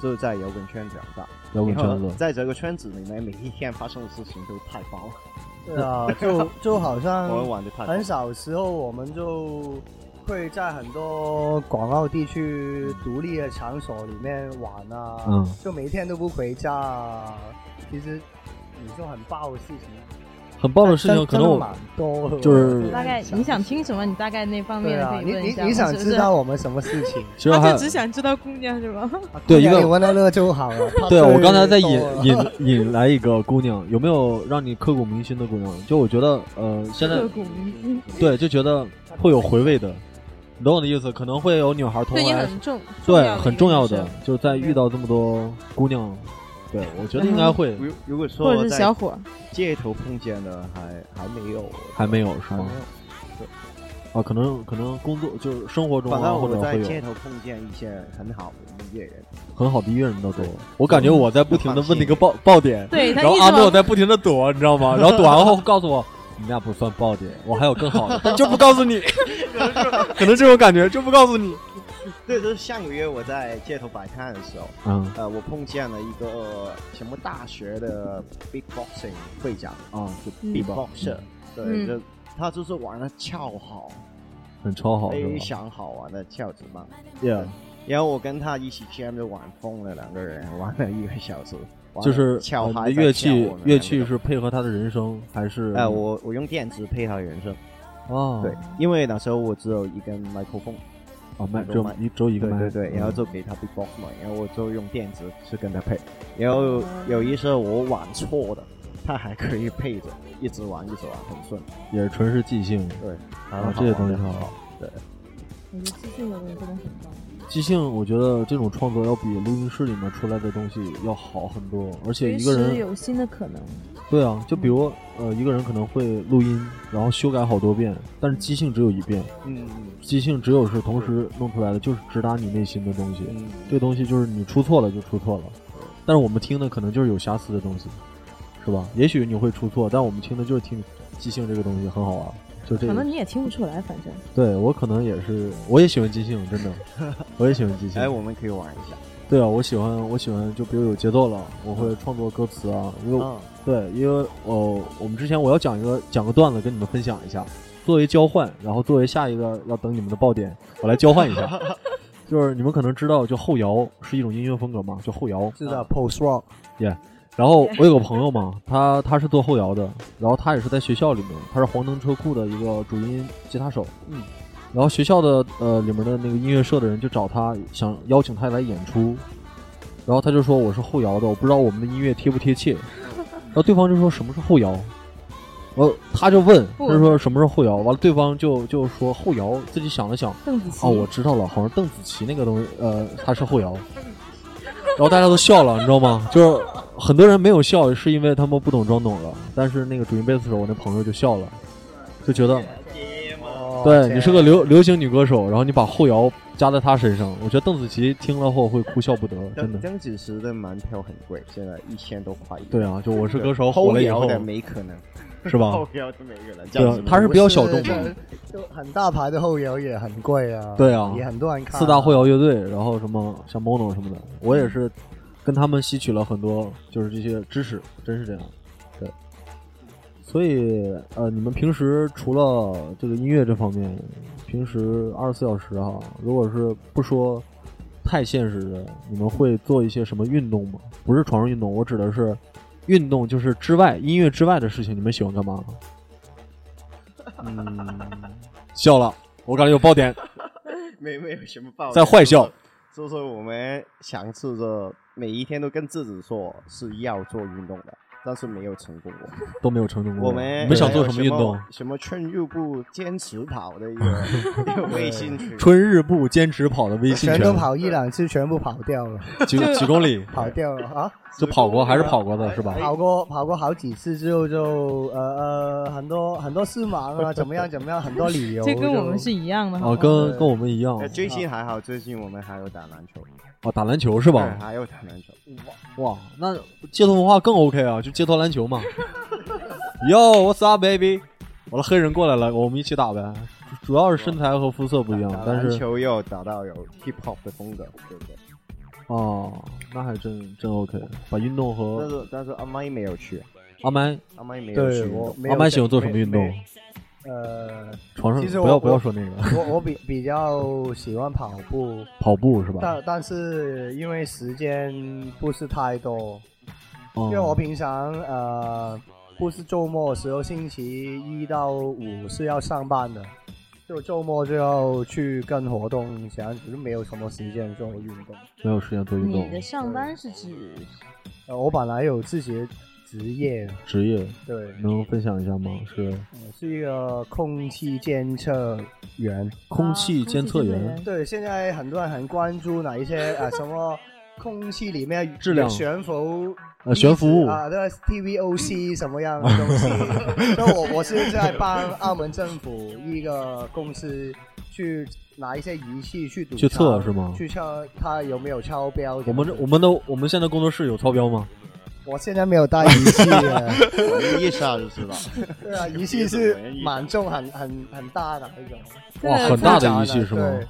就是在摇滚圈长大，摇滚圈然后子。在这个圈子里面，每一天发生的事情都太爆了，对啊， [laughs] 就就好嗯像我们玩的太爆很了。少时候我们就会在很多广澳地区独立的场所里面玩啊，嗯就每天都不回家啊。其实你就很爆的事情，很棒的事情，真可能真的我蛮多的，就是大概你想听什么，你大概那方对面的啊可，以你问一你下。你想是不是知道我们什么事 [laughs] 情？啊其实还有想知道姑娘是吧？对姑娘一个你问到乐就好了。啊 [laughs] 怕对啊我刚才在多引了引 [laughs] 引来一个姑娘，有没有让你刻骨铭心的姑娘？就我觉得，呃，现在刻骨铭心，对就觉得会有回味的，你懂我的意思？可能会有女孩同对，也来，很重，对，很重要的一的个女生，就是在遇到这么多姑娘，对我觉得应该嗯会，如如果说或者我是在小伙儿，街头碰见的，还还没有，还没有是还吗没？有。啊，可能可能工作就是生活中反啊，正或者我在会街有头碰见一些很好的音乐人，很好的音乐人都多。我感觉我在不停的问那个爆爆点，嗯对他然后一直阿诺往在不停的躲，你知道 [laughs] 吗？然后躲完后告诉我，你那不算爆点，我还有更 [laughs] 好的，但就不告诉你，可能这种感觉就不告诉你。对，就是上个月我在街头摆摊的时候，嗯呃，我碰见了一个什么大学的 big boxing 会长啊，就嗯 big boxer，对，嗯就他就是玩的超好，很超好是非吧常好玩的跳子嘛。 ？Yeah，然后我跟他一起 jam 就玩疯了，两个人玩了一个小时，玩得就是翘呃嗨你在的跳乐器我们乐两个器人是配合他的人声还是？哎、我我用电子配合人声，哦，对，因为那时候我只有一根麦克风，哦麦只只有有麦一只有一个对麦，嗯对对，然后就给他 big box 嘛，然后我就用电子去跟他配，然后有一次我玩错的，他还可以配着一直玩一直玩，很顺，也是纯是即兴。对，啊啊，这些东西很好好，对，我觉得即兴的东西真的很棒。即兴，我觉得这种创作要比录音室里面出来的东西要好很多，而且随一个时人有新的可能，对啊，就比如呃，一个人可能会录音，然后修改好多遍，但是即兴只有一遍，嗯即兴只有是同时弄出来的，就是直达你内心的东西。嗯，这东西就是你出错了就出错了，但是我们听的可能就是有瑕疵的东西，是吧？也许你会出错，但我们听的就是听即兴这个东西很好玩，就这可个。能你也听不出来，反正对我可能也是，我也喜欢即兴，真 [laughs] 的，我也喜欢即兴。哎，我们可以玩一下，对啊，我喜欢，我喜欢，就比如有节奏了，我会创作歌词啊，因为、嗯对，因为呃，我们之前我要讲一个讲个段子跟你们分享一下，作为交换，然后作为下一个要等你们的爆点，我来交换一下。就是你们可能知道，就后摇是一种音乐风格嘛，就后摇。知道 post rock，然后我有个朋友嘛，他他是做后摇的，然后他也是在学校里面，他是黄灯车库的一个主音吉他手。嗯。然后学校的呃里面的那个音乐社的人就找他，想邀请他来演出，然后他就说我是后摇的，我不知道我们的音乐贴不贴切。然后对方就说什么是后摇，然后他就问，他不就说什么是后摇，完了对方就就说后摇，自己想了想，邓紫棋哦，我知道了，好像邓紫棋那个东西，呃，她是后摇，然后大家都笑了，你知道吗？就是很多人没有笑，是因为他们不懂装懂了。但是那个主音贝斯手，我那朋友就笑了，就觉得，哦啊对你是个流流行女歌手，然后你把后摇加在她身上，我觉得邓紫棋听了后会哭笑不得，真邓的。邓紫棋的门票很贵，现在一千多块一个，对啊，就我是歌手火后了以摇后，的没可能，是吧？后摇的没可能，对啊，他是比较小众嘛。的， [laughs] 就很大牌的后摇也很贵啊。对啊也很多人看啊。四大后摇乐队，然后什么像 Mono 什么的，我也是跟他们吸取了很多，就是这些知识，真是这样。对，所以呃，你们平时除了这个音乐这方面，平时二十四小时哈，如果是不说太现实的，你们会做一些什么运动吗？不是床上运动，我指的是运动，就是之外音乐之外的事情，你们喜欢干嘛？嗯， [laughs] 笑了，我感觉有爆点，没没有什么报，在坏笑。所以说我们尝试着每一天都跟自己说是要做运动的，但是没有成功过。都没有成功过。我们你嗯们想做还有什什么运动？？什么春日部坚持跑的一 [laughs] 个一个微信群，春日部坚持跑的微信全圈，都跑一两次，全部跑掉了，几几公里，跑掉了啊！就跑过还是跑过的是吧？跑过跑过好几次之后就呃呃很多很多事 [laughs] 忙啊，怎么样怎么样，很多理由。这跟我们是一样的。好啊，吗跟跟我们一样呃最近还好，最近我们还有打篮球，啊，打篮球是对，吧？还有打篮球。哇，那街头文化更 OK 啊，就街头篮球嘛。Yo，What's up, baby？完了，黑人过来了，我们一起打呗。主要是身材和肤色不一样，打但篮是球又打到有 hip hop 的风格，对不对？哦，那还真真 OK。把运动但和是但是阿麦没有去，阿麦，阿麦没有去对运我动。没有阿麦喜欢做什么运动没？呃，床上其实不要我不要说那个我我比比较喜欢跑步，跑步是吧？但但是因为时间不是太多，因因为我平常呃。不是周末的时候，星期一到五是要上班的，就周末就要去干活动，这样子就没有什么时间做运动。没有时间做运你动的，上班是指呃，我本来有自己的职业，职业对，能分享一下吗？是我是一个空气监测员。空啊气监测员，员，对，现在很多人很关注哪 [laughs] 一些啊什么空气里面质量悬浮呃，悬浮物啊，那个 TVOC 什么样的 [laughs] 东西？那我我是在帮澳门政府一个公司去拿一些仪器去堵去测查是吗去测它有没有超标这我样子。们这我们的我们现在工作室有超标吗？我现在没有带仪器啊， [laughs] 我一下就知道，对啊，仪器是蛮重很很很大的那种，哇，对很大复杂的仪器是吗？对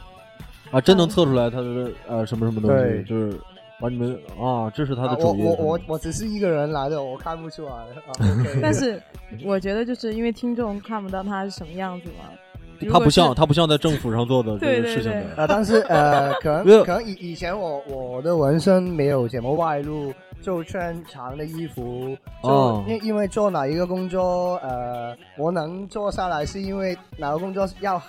啊，真能测出来它的呃什么什么东西，对就是把你们啊，这是它啊的我主业。我我我只是一个人来的，我看不出来。啊 OK 但是我觉得就是因为听众看不到他是什么样子嘛，如它果不是像它不像在政府上做的这对个对事情对的，啊，但是呃，可能没有可能以以前我我的纹身没有怎么外露，就穿长的衣服，就、哦因因为做哪一个工作，呃，我能做下来是因为哪个工作是要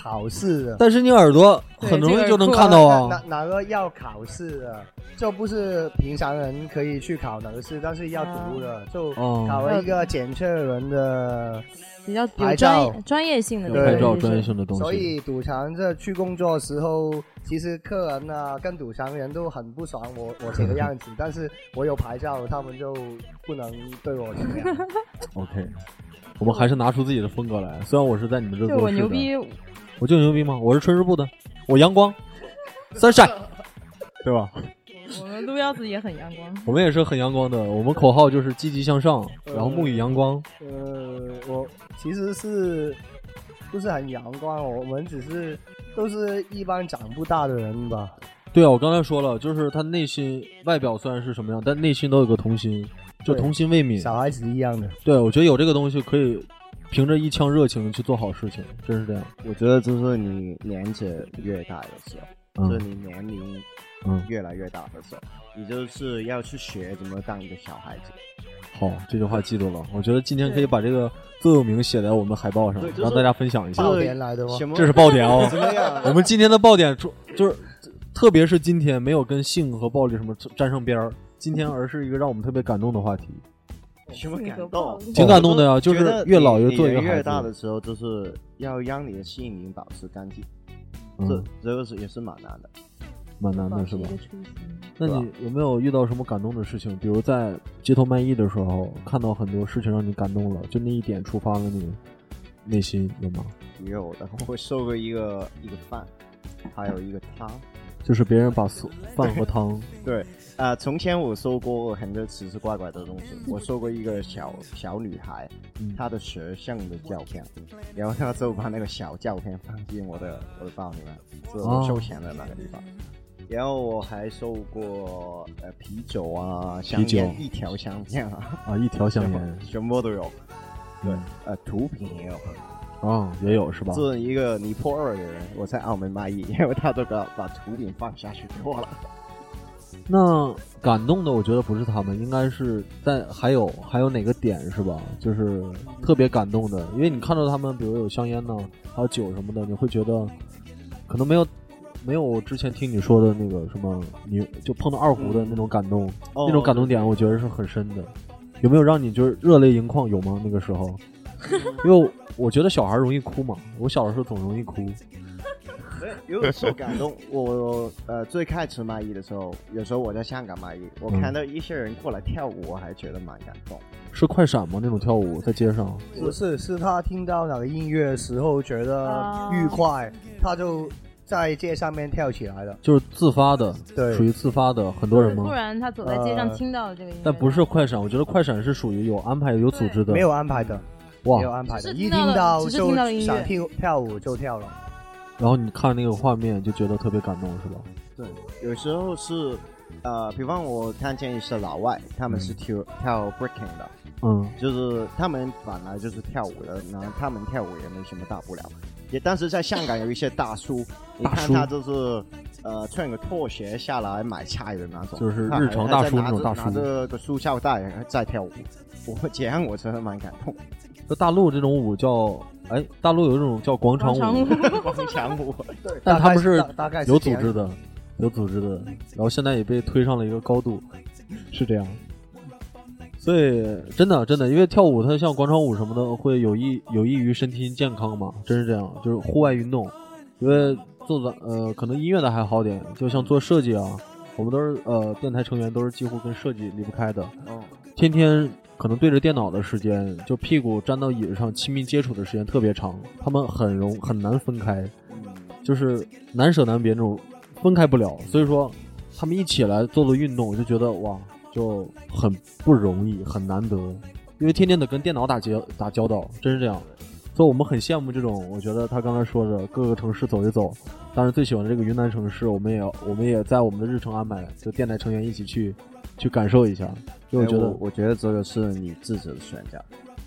考试的，但是你耳朵对很容这易个就能酷啊看到哪啊。哪哪个要考试的，就不是平常人可以去考哪个试，但是要读的，就哦考了一个检测人的，比较有拍专照业专业性的有东啊对拍照西，就是专业性的东西，所以赌场这去工作的时候，其实客人啊跟赌场人都很不爽 [laughs] 我我这个样子，但是我有牌照，他们就不能对我怎么样。 OK，我们还是拿出自己的风格来。虽然我是在你们这就做我事牛的逼，我就牛逼吗？我是春日部的，我阳光，sunshine，对吧？我们路标子也很阳光。我们也是很阳光的，我们口号就是积极向上，嗯然后沐浴阳光。呃，我其实是不是很阳光，我们只是都是一般长不大的人吧。对啊，我刚才说了，就是他内心外表虽然是什么样，但内心都有个童心，就对童心未泯。小孩子一样的，对，我觉得有这个东西可以凭着一腔热情去做好事情，真是这样。我觉得就是你年纪越大的时候，就是嗯你年龄嗯，越来越大的时候，你就是要去学怎么当一个小孩子。好，这句话记住了。我觉得今天可以把这个座右铭写在我们海报上对，就是让大家分享一下。爆点来的吗？什么？这是爆点哦。怎么样？啊我们今天的爆点出就是，特别是今天没有跟性和暴力什么沾上边儿，[laughs] 今天而是一个让我们特别感动的话题。什么性格感暴动力？挺感动的呀我就是觉得越老越你做一个你人孩越大子的时候，就是要让你的吸引力保持干净，这嗯，这个是也是蛮难的。蛮难保的持是一吧个？初心，那你有没有遇到什么感动的事情？比如在街头卖艺的时候，看到很多事情让你感动了，就那一点触发了你内心，有吗？也有的，我 [laughs] 收过一个一个饭，还有一个汤。就是别人把所饭和汤， [laughs] 对，啊、从前我收过很多奇奇怪怪的东西，我收过一个小小女孩，嗯她的学生的照片，然后她就把那个小照片放进我的我的包里面，就是我收钱的那个地方。然后我还收过呃啤酒啊，香酒烟一条香烟啊，啊，一条 [laughs] 香 [laughs] 烟，什么都有。对嗯，呃，毒品也有。啊，也有是吧？作为一个尼泊尔的人，我在澳门卖艺，然后他都把把毒品放下去给我了。那感动的，我觉得不是他们，应该是在还有还有哪个点是吧？就是特别感动的，因为你看到他们，比如有香烟呢，还有酒什么的，你会觉得可能没有没有我之前听你说的那个什么，你就碰到二胡的那种感动，哦那种感动点，我觉得是很深的。有没有让你就是热泪盈眶？有吗？那个时候，因为我觉得小孩容易哭嘛，我小的时候总容易哭。 [laughs] 有受感动。我呃最开始卖艺的时候，有时候我在香港卖嗯艺，我看到一些人过来跳舞，我还觉得蛮感动。是快闪吗？那种跳舞在街上，不是，是他听到哪个音乐的时候觉得啊愉快，他就在街上面跳起来了。就是自发的，对属于自发的，很多人吗？突然他走在街上呃听到了这个音乐，但不是快闪，我觉得快闪是属于有安排、有组织的。没有安排的，哇没有，安排的，只是一听到了到只是就听到了音乐想跳跳舞就跳了。然后你看那个画面就觉得特别感动，是吧？对，有时候是呃，比方我看见一些老外，他们是跳、跳 breaking 的，嗯就是他们本来就是跳舞的，然后他们跳舞也没什么大不了。也当时在香港有一些大叔，你大看叔他就是呃穿个拖鞋下来买菜的那种，就是他日还常还大在叔拿那种着大拿叔着个塑料袋在跳舞，我这样我真的蛮感动。就大陆这种舞叫，哎，大陆有一种叫广场广场舞舞， [laughs] 广场舞，但他们大是概大概是有这组样织的，有组织的，然后现在也被推上了一个高度，是这样。所以真的真的，因为跳舞它像广场舞什么的，会有益有益于身心健康嘛，真是这样，就是户外运动。因为做咱呃，可能音乐的还好点，就像做设计啊，我们都是呃，电台成员都是几乎跟设计离不开的，哦，天天可能对着电脑的时间，就屁股粘到椅子上亲密接触的时间特别长，他们很容很难分开，就是难舍难别那种，分开不了。所以说，他们一起来做做运动，就觉得哇，就很不容易，很难得，因为天天得跟电脑打交打交道，真是这样。所以我们很羡慕这种，我觉得他刚才说的各个城市走一走，当然最喜欢的这个云南城市，我们也我们也在我们的日程安排，就电台成员一起去去感受一下，因为哎我觉得哎我觉得这个是你自己的选择，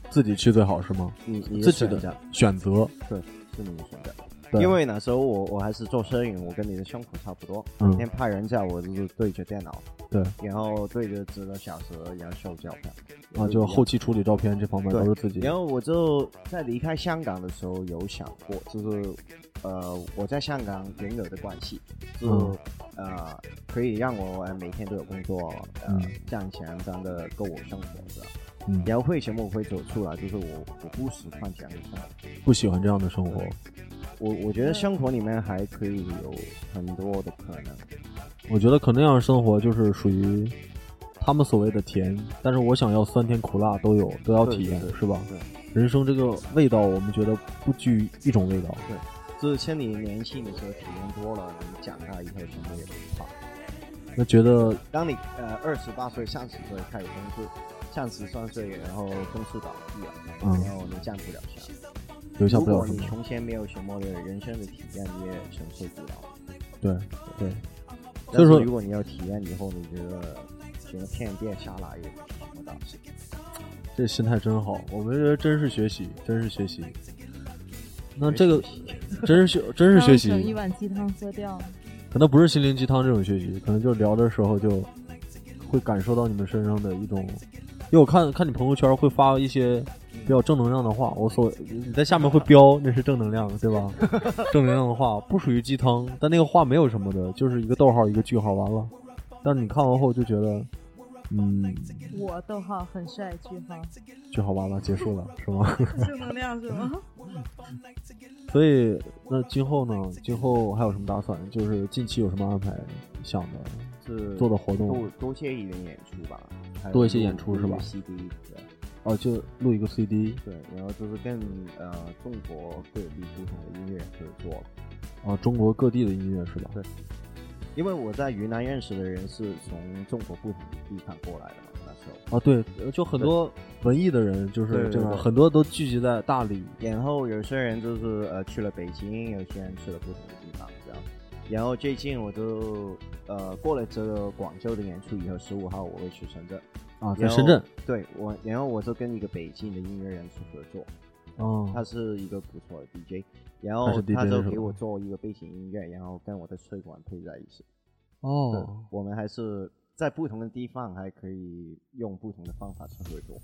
自己去最好是吗？你你自己选择的选择，是你的选择。对因为那时候我我还是做摄影，我跟你的胸口差不多。嗯每天拍人照，我就是对着电脑，对，然后对着几个小时，然后修胶片。啊，就后期处理照片这方面对都是自己然后我就在离开香港的时候有想过，就是呃我在香港原有的关系，就、嗯呃可以让我呃每天都有工作，呃、嗯赚钱赚的够我生活的。嗯然后为什么我会走出来？就是我我不喜欢这样的生活。不喜欢这样的生活。我我觉得生活里面还可以有很多的可能。我觉得可能那样的生活就是属于他们所谓的甜，但是我想要酸甜苦辣都有，都要体验，对对对是吧？对，人生这个味道，我们觉得不拘一种味道。就是趁你年轻的时候体验多了，你长大以后什么也不怕。那觉得当你呃二十八岁、三十岁开始工作，三十三岁然后公司倒闭了，嗯然后你站不了下。留下不如了果什你么。从前没有什么的人生的体验，你也承受不了。对对，但所以是说如果你有体验以后，你觉得整个天变下来也不是什么大事。这心态真好，我们觉得真是学习，真是学习。那这个真是学，真是学习。 [laughs] 省一碗鸡汤喝掉。可能不是心灵鸡汤这种学习，可能就聊的时候就会感受到你们身上的一种，因为我看看你朋友圈会发一些比较正能量的话，我所你在下面会标那是正能量，对 [laughs] 吧？正能量的话不属于鸡汤，但那个话没有什么的，就是一个逗号一个句号完了，但是你看完后就觉得，嗯，我逗号很帅，句 [laughs] 号。句号完了结束了是吗？正能量是吗？ [laughs] 所以那今后呢？今后还有什么打算？就是近期有什么安排想的是做的活动？多多接一点演出吧，还有多一些演出是吧录 CD 对。哦，就录一个 CD 对，然后就是跟呃中国各地不同的音乐人合作，啊，中国各地的音乐是吧？对因为我在云南认识的人是从中国不同的地方过来的嘛，那时候，啊，对，呃就很多文艺的人就是对对这样，对很多都聚集在大理。然后有些人就是呃去了北京，有些人去了不同的地方，这样。然后最近我就呃过了这个广州的演出以后，十五号我会去深圳啊在然后深圳对我，然后我就跟一个北京的音乐人去合作，啊，他是一个不错的 DJ，然他后是 DJ 他就是吧给我做一个背景音乐，然后跟我的吹管配在一起。对哦，，我们还是在不同的地方还可以用不同的方法去合作。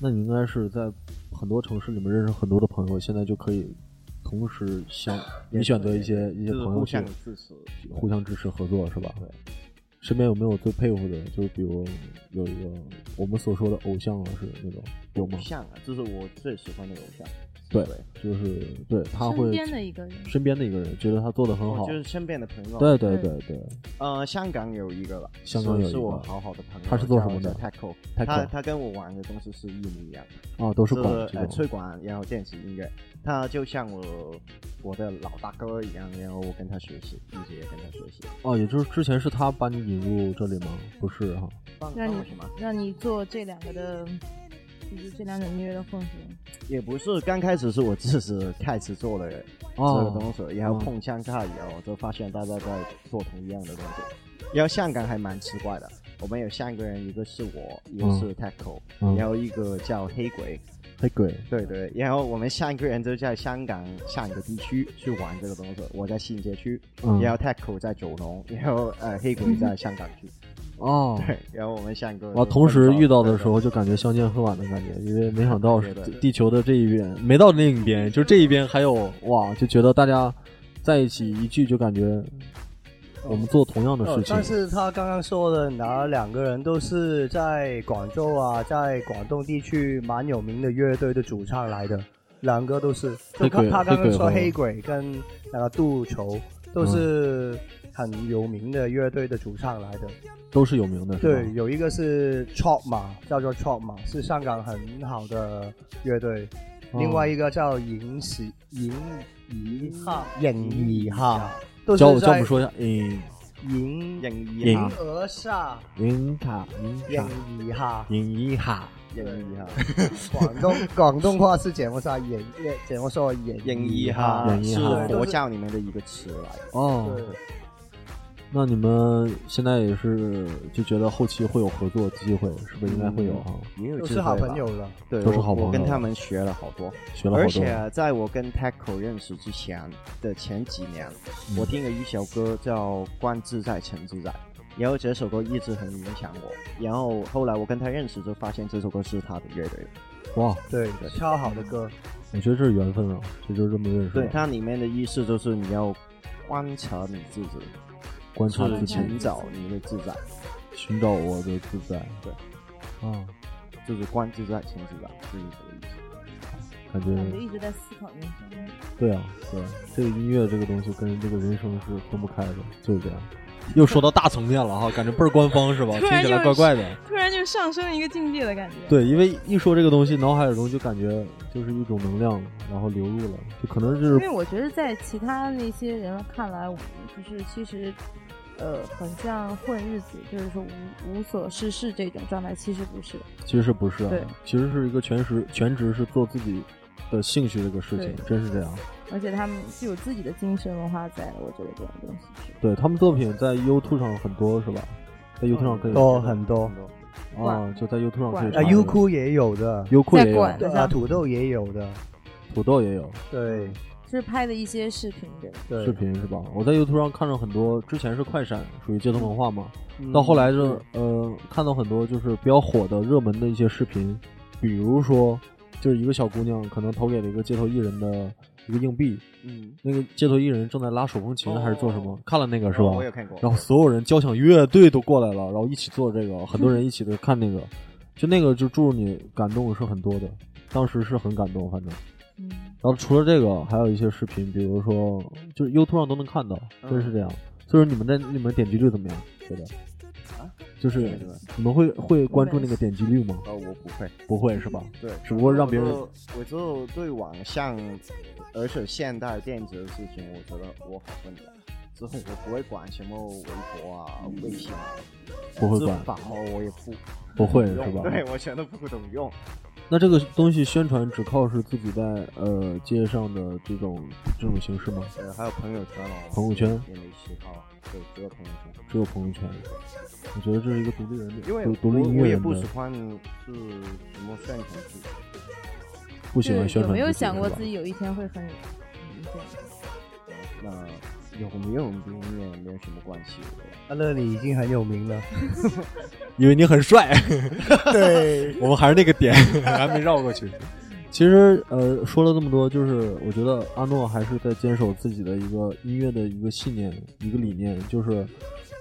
那你应该是在很多城市里面认识很多的朋友，现在就可以同时 [laughs] 相，你选择一些一些就是朋友互去相支持，互相支持合作是吧？对。身边有没有最佩服的？就是比如有一个我们所说的偶像啊，是那种有吗偶？像啊，这是我最喜欢的偶像。对，就是对他身会边的一个人身边的一个人，觉得他做的很好我，哦就是身边的朋友。对，对对对，呃，香港有一个吧，香港有一个是是我好好的朋友，他是做什么的 t a c o Taco 他他跟我玩的东西是一模一样，啊，都是就管是这哎呃种。吹管，然后电子音乐，他就像我我的老大哥一样，然后我跟他学习，一直也跟他学习。哦，也就是之前是他把你引入这里吗？不是哈，帮让帮我你什么？ [laughs] 让你做这两个的，就是这两种音乐的混合。也不是刚开始是我自己开始做了哦这个东西，然后碰相看以后，就发现大家在做同样的东西。然后香港还蛮奇怪的，我们有三个人，一个是我，一个是 Taco，、嗯然后一个叫黑鬼，太贵。对对，然后我们三个人都在香港上一个地区去玩这个东西，我在新街区，嗯然后 Taco 在九龙，然后呃黑鬼在香港区， [laughs] 哦，对，然后我们三个就我同时遇到的对时候，就感觉相见恨晚的感觉，因为没想到对对对地球的这一边没到另一边，就这一边还有哇，就觉得大家在一起一聚，就感觉我们做同样的哦事情但。是他刚刚说的哪两个人都是在广州啊，在广东地区蛮有名的乐队的主唱来的，两个都是。黑就他鬼嗯他刚刚说黑黑鬼跟那个杜筹都是很有名的乐队的主唱来的。都是有名的，是吧对，有一个是 Chop 嘛，叫做 Chop 嘛，是香港很好的乐队。哦另外一个叫银石银怡哈，银怡哈，都教我是教我在们说一下，嗯，银影影一哈，鹅下。银卡银卡演一下，银一哈，影一哈，广东 [laughs] 广东话是怎么说？演演怎么说？演影一一哈影一是哈佛教里面的一个词来的，哦，那你们现在也是就觉得后期会有合作机会，是不是应该会有啊？也有都机是好会吧朋友，了。对，都是我好朋友我啊跟他们学了好多，学了好而多，且啊在我跟 Taco 认识之前的前几年，嗯我听了一首歌叫《观自在成自在》，然后这首歌一直很影响我。然后后来我跟他认识，就发现这首歌是他的乐队。哇，对，超好的歌。我觉得这是缘分啊，这就是这么认识的。对，它里面的意思就是你要观察你自己，观察去自己，寻找你的自在，寻找我的自在。对，啊，就是观自在成自在，就是这个意思。感感觉觉一直在思考人生。对啊，对，这个音乐这个东西跟这个人生是分不开的，就是这样。又说到大层面了哈，感觉倍儿官 [laughs] 方是吧？听突然起来怪就怪的。突然就上升了一个境界的感觉。对，因为一说这个东西，脑海中就感觉就是一种能量，然后流入了，就可能就因为是我觉得在其他那些人看来，我就是其实，呃，很像混日子，就是说无无所事事这种状态，其实不是。其实不是啊对，其实是一个全职全职是做自己的兴趣这个事情，对真是这样。而且他们是有自己的精神文化在的，我觉得这种东西是。对他们作品在 YouTube 上很多是吧？在 YouTube 上可以多很多啊，就在 YouTube 上可以管查嗯啊，一下。优酷也有的，优酷在也有，管对啊，土豆也有的，土豆也有对就是拍的一些视频对。对。视频是吧？我在 YouTube 上看到很多，之前是快闪，属于街头文化嘛，嗯到后来就呃看到很多就是比较火的热门的一些视频，比如说就是一个小姑娘可能投给了一个街头艺人的一个硬币，嗯，那个街头艺人正在拉手风琴哦还是做什么，看了那个是吧？哦我有看过。然后所有人交响乐队都过来了，然后一起做这个，很多人一起的看那个，就那个就注入你感动是很多的，当时是很感动，反正。嗯，然后除了这个，还有一些视频，比如说就是 YouTube 上都能看到，真是这样。就是你们在你们点击率怎么样？觉得？就是你们会会关注那个点击率吗？呃，我不会，不会是吧？对，只不过让别人我就我就对网上，而且现代电子的事情，我觉得我好混的。之后我不会管什么微博啊、微信啊，不会管支付宝啊我也不不会是用，吧？对我全都不懂用。那这个东西宣传只靠是自己在呃街上的这种这种形式吗？呃，还有朋友圈哦，朋友圈也没吃到，对，啊只有朋友圈。只有朋友圈？我觉得这是一个独立人的，因为独我独立音我乐也人不的喜，欢是什么宣传自己，不喜欢宣有传。没有想过自？己有一天会很？嗯对那有没有跟音乐没有什么关系。我觉得那那里已经很有名了。因为你 [laughs] 很 [laughs] 帅。对，我们还是那个点，还没绕过去。其实，呃，说了这么多，就是我觉得阿诺还是在坚守自己的一个音乐的一个信念、一个理念，就是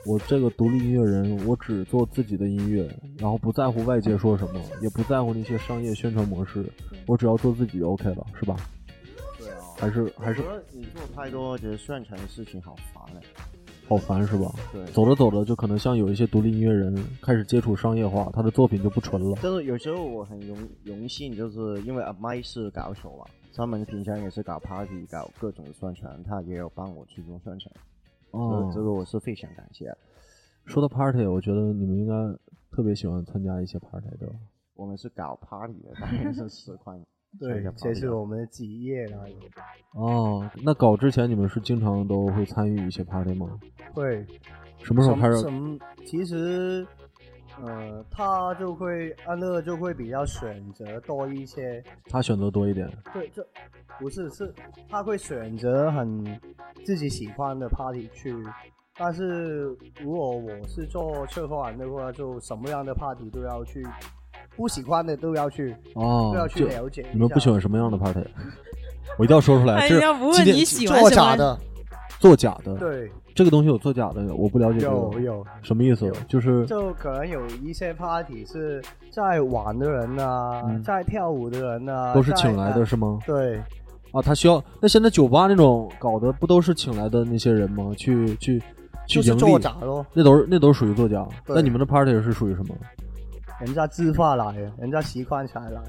我这个独立音乐人，我只做自己的音乐，然后不在乎外界说什么，也不在乎那些商业宣传模式，我只要做自己就 OK 了，是吧？对啊，还是还是我觉得你做太多觉得宣传的事情好烦哎。好烦，是吧？对，走着走着，就可能像有一些独立音乐人开始接触商业化，他的作品就不纯了。就是有时候我很荣荣幸，就是因为阿麦是搞手嘛，他们平常也是搞 party、搞各种宣传，他也有帮我去做宣传，哦，这个我是非常感谢的。说到 party，我觉得你们应该特别喜欢参加一些 party，对吧？我们是搞 party 的，当然是实况。 [laughs] 对，这啊是我们的职业啊来的。哦，那搞之前你们是经常都会参与一些 party 吗？对，什么时候开什始？么？其实呃，他就会安乐就会比较选择多一些，他选择多一点，对，这不是是他会选择很自己喜欢的 party 去，但是如果我是做策划人的话，就什么样的 party 都要去，不喜欢的都要去，哦都要，去就了解一下。你们不喜欢什么样的 [laughs] party？我一定要说出来，哎这人是家不问今天你喜欢做什么假，的？作假的，对，这个东西有作假的，我不了解这有个有，什么意思有， [laughs] 就是就可能有一些 party 是在玩的人呐、嗯在跳舞的人呐、都是在请来的呃是吗？对，啊，他需要那现在酒吧那种搞的不都是请来的那些人吗？去去去就是盈做利，假咯，那都是那都是属于作假。对那你们的 party 是属于什么？人家自发来的，人家习惯才来的，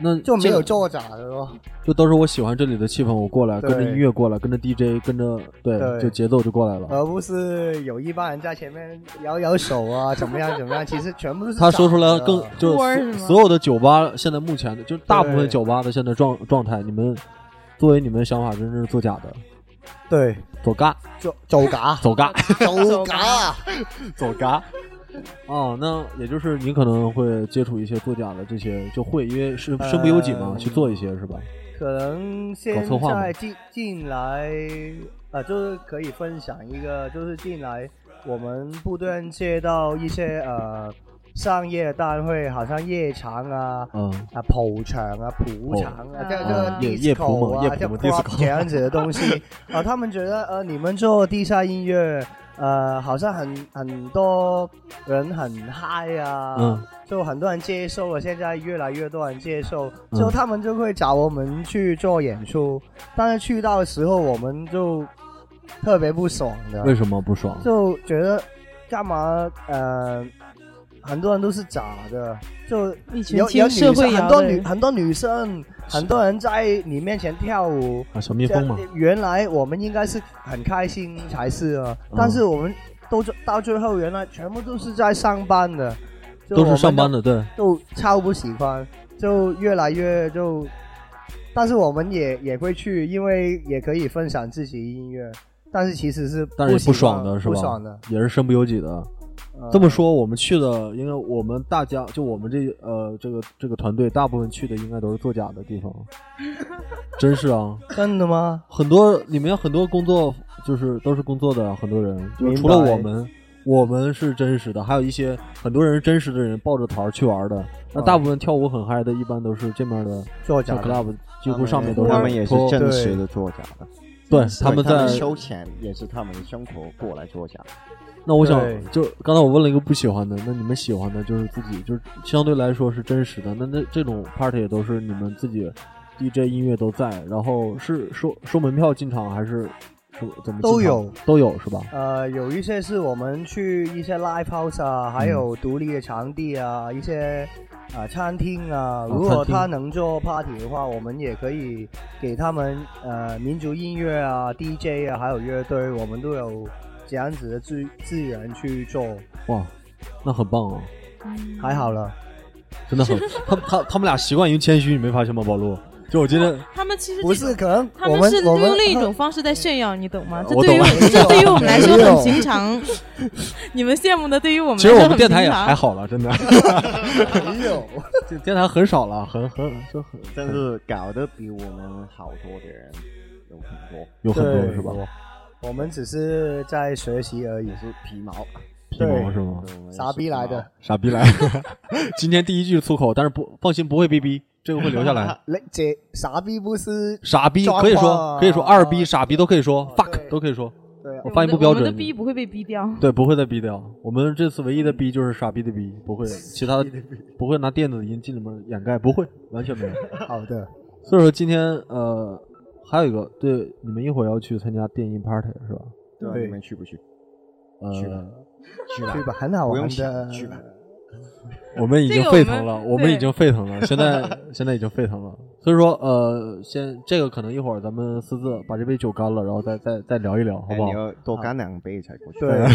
那就没这有个做假的咯。就都是我喜欢这里的气氛，我过来跟着对音乐过来，跟着 DJ，跟着对，对呃就节奏就过来了。而不是有一帮人在前面摇摇手 [laughs] 啊，怎么样怎么样，其实全部都是他说出来假的更就托儿是是吗所有的酒吧现在目前的，就是大部分对酒吧的现在状状态，你们作为你们的想法，真是作假的，对走嘎走走 [laughs] 嘎走嘎走嘎，走嘎。哦，那也就是你可能会接触一些作假的这些，就会因为身身不由己嘛，呃去做一些是吧？可能搞现策划吗在进进来啊，就是可以分享一个，就是进来我们不断接到一些呃商业单位，好像夜场啊。嗯，啊，蒲场啊，蒲场啊，哦这啊个夜夜蒲 disco 嘛啊，夜蒲这嘛 club disco 这样子的 [laughs] 东西啊，他们觉得呃，你们做地下音乐，呃，好像很很多人很嗨啊，嗯，就很多人接受了，现在越来越多人接受，嗯之后他们就会找我们去做演出，但是去到的时候我们就特别不爽的，为什么不爽？呃就觉得干嘛呃，很多人都是假的，就一群有有听女社生会很摇多的女人，很多女生，很多人在你面前跳舞。啊，小蜜蜂嘛这，原来我们应该是很开心才是啊，嗯但是我们都到最后原来全部都是在上班的，就都我是们上班的，对。就超不喜欢，就越来越就，但是我们也也会去，因为也可以分享自己音乐，但是其实是但是喜不欢爽的是吧？不爽的。也是身不由己的。呃这么说，我们去的，因为我们大家就我们这呃这个这个团队，大部分去的应该都是作假的地方，真是啊，真的吗？很多里面很多工作就是都是工作的很多人，就明白除了我们，我们是真实的，还有一些很多人是真实的人抱着团儿去玩的。那嗯大部分跳舞很嗨的，一般都是这面的作假像的 club，几乎上面都是他们也是托真对实的作假的，对他们对在休闲也是他们的生活过来作假。那我想对就刚才我问了一个不喜欢的，那你们喜欢的就是自己，就是相对来说是真实的。那那这种 party 也都是你们自己 DJ 音乐都在，然后是收收门票进场还是是怎么进场都有都有是吧？呃，有一些是我们去一些 live house 啊，还有独立的场地啊，一些啊、呃餐厅啊。如餐果厅他能做 party 的话，我们也可以给他们呃民族音乐啊、DJ 啊，还有乐队，我们都有这样子的资资源去做，哇，那很棒啊，还好了。真的很。他他他们俩习惯于谦虚，你没发现吗，宝路？就我今天哦他们其实不这是，种，可能他我们们是我用们另一种方式在炫耀，你懂吗？这我对于懂我们，这对于我们来说没有很平常。你们羡慕的，对于我们其来实说我很们平电台也还常。好了，真的， [laughs] 没有。这电台很少了，很很就很但是搞得比我们好多的人有很多，有很多对是吧？我们只是在学习而已也，是皮毛，皮毛是吗？对我们也是傻逼来的。傻逼来！ [laughs] 今天第一句粗口，但是不放心，不会逼逼，这个会留下 [laughs] 来。那啊这傻逼不是傻逼抓狂啊可以说，可以说二逼、啊傻逼都可以说啊，fuck 对都可以说，对啊我发音不标我们的准。逼不会被逼掉。对，不会再逼掉。我们这次唯一的逼就是傻逼的逼，不会，其他不会拿电子音进里面掩盖，不会，完全没有。好的？所以说今天呃，还有一个，对，你们一会儿要去参加电音 party 是吧？对吧，对你们去不去？去吧呃，去去吧，很好不用玩想，的。去吧。我们已经这个沸腾了，我们我们对已经沸腾了，现在现在已经沸腾了。所以说，呃，先这个可能一会儿咱们私自把这杯酒干了，然后再再再聊一聊，好哎不好你？要多干两杯才过去。对，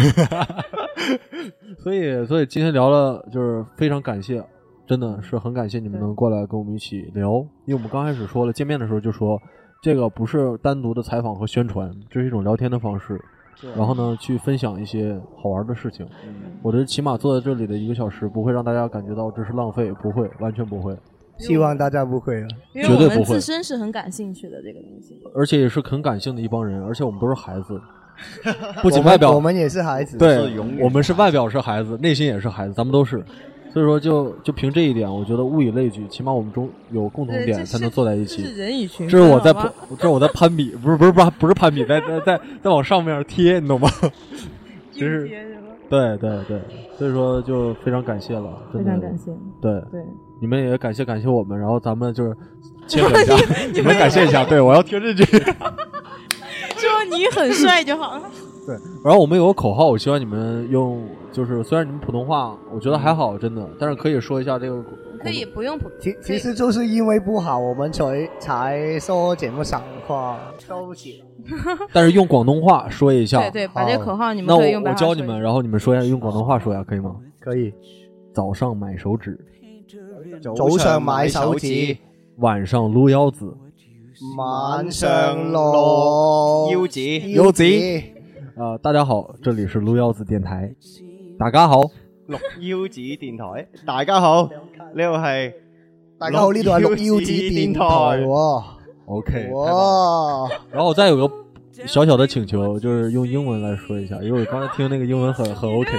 [laughs] 所以，所以今天聊了，就是非常感谢，真的是很感谢你们能过来跟我们一起聊，因为我们刚开始说了，见面的时候就说，这个不是单独的采访和宣传，这是一种聊天的方式，然后呢去分享一些好玩的事情。嗯我这起码坐在这里的一个小时，不会让大家感觉到这是浪费，不会，完全不会，希望大家不会啊。因为绝我对们不会自身是很感兴趣的这个东西。而且也是很感性的一帮人，而且我们都是孩子，不仅外表我们也是孩子，对是永，远我们是外表是孩子，内心也是孩子，咱们都是。所以说就，就凭这一点，我觉得物以类聚，起码我们中有共同对点这才是能坐在一这是起。人以群这分，是我在好不吧，这是我在攀比，不是不是不是不是攀比，在在在在往上面贴，你懂吗？ [laughs] 这是拼贴是吧对对对，所以说就非常感谢了，真非的常感谢。对，对，你们也感谢感谢我们，然后咱们就是切磋一 [laughs] 下，你们感谢一下，对我要听这句。说你很帅就好。 [laughs] 对，然后我们有个口号，我希望你们用，就是虽然你们普通话我觉得还好，真的，但是可以说一下这个。可以不用普，其其实就是因为不好，我们才才说节目少话，收起。但是用广东话说一下。对对，把这好口号你那们可以用我白我话教说你一们，下然后你们说一下，用广东话说一下，可以吗？可以，早上买手指，早上買手指，晚上撸腰子，晚上落腰子腰子，啊、大家好，这里是撸腰子电台，大家好，六腰子電台，大家好，呢度係大家好，呢度係六腰子電電台台，喎， OK，哇，然后我再有个小小的请求，就是用英文来说一下，因为我刚才听那个英文很很 OK，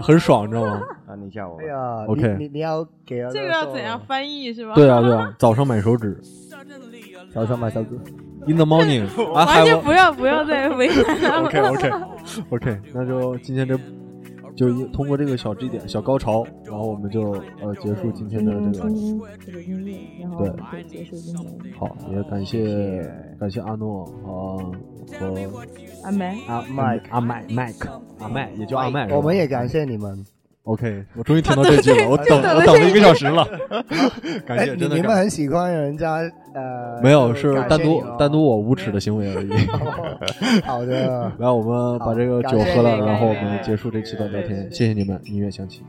很爽，你知道吗？啊，你叫我哎，呀 OK 你你你要给我这个要怎样？翻译是吧？对啊，对啊，早上买手指早上买手指， ，In the morning，I [laughs] 啊完全 have 不要不要再为难他们 OK 了。 OK OK，那就今天这就一通过这个小支点小高潮，然后我们就呃结束今天的这个。这个音乐，然后对可以结束今天。好，也感谢感谢阿诺啊和嗯阿梅，阿啊麦阿麦麦克 À, 阿麦，也就阿麦是吧。我们也感谢你们， OK，我终于听到这句了， [laughs] 我等我等了一个小时 [laughs] 了，感哎谢你真的你们感谢。很喜欢人家呃，没有，是感谢单独你们单独我无耻的行为而已。 [laughs] 好的。来，我们把这个酒喝好感了，谢然后我们结束这期的聊天。谢谢你们，音乐响起。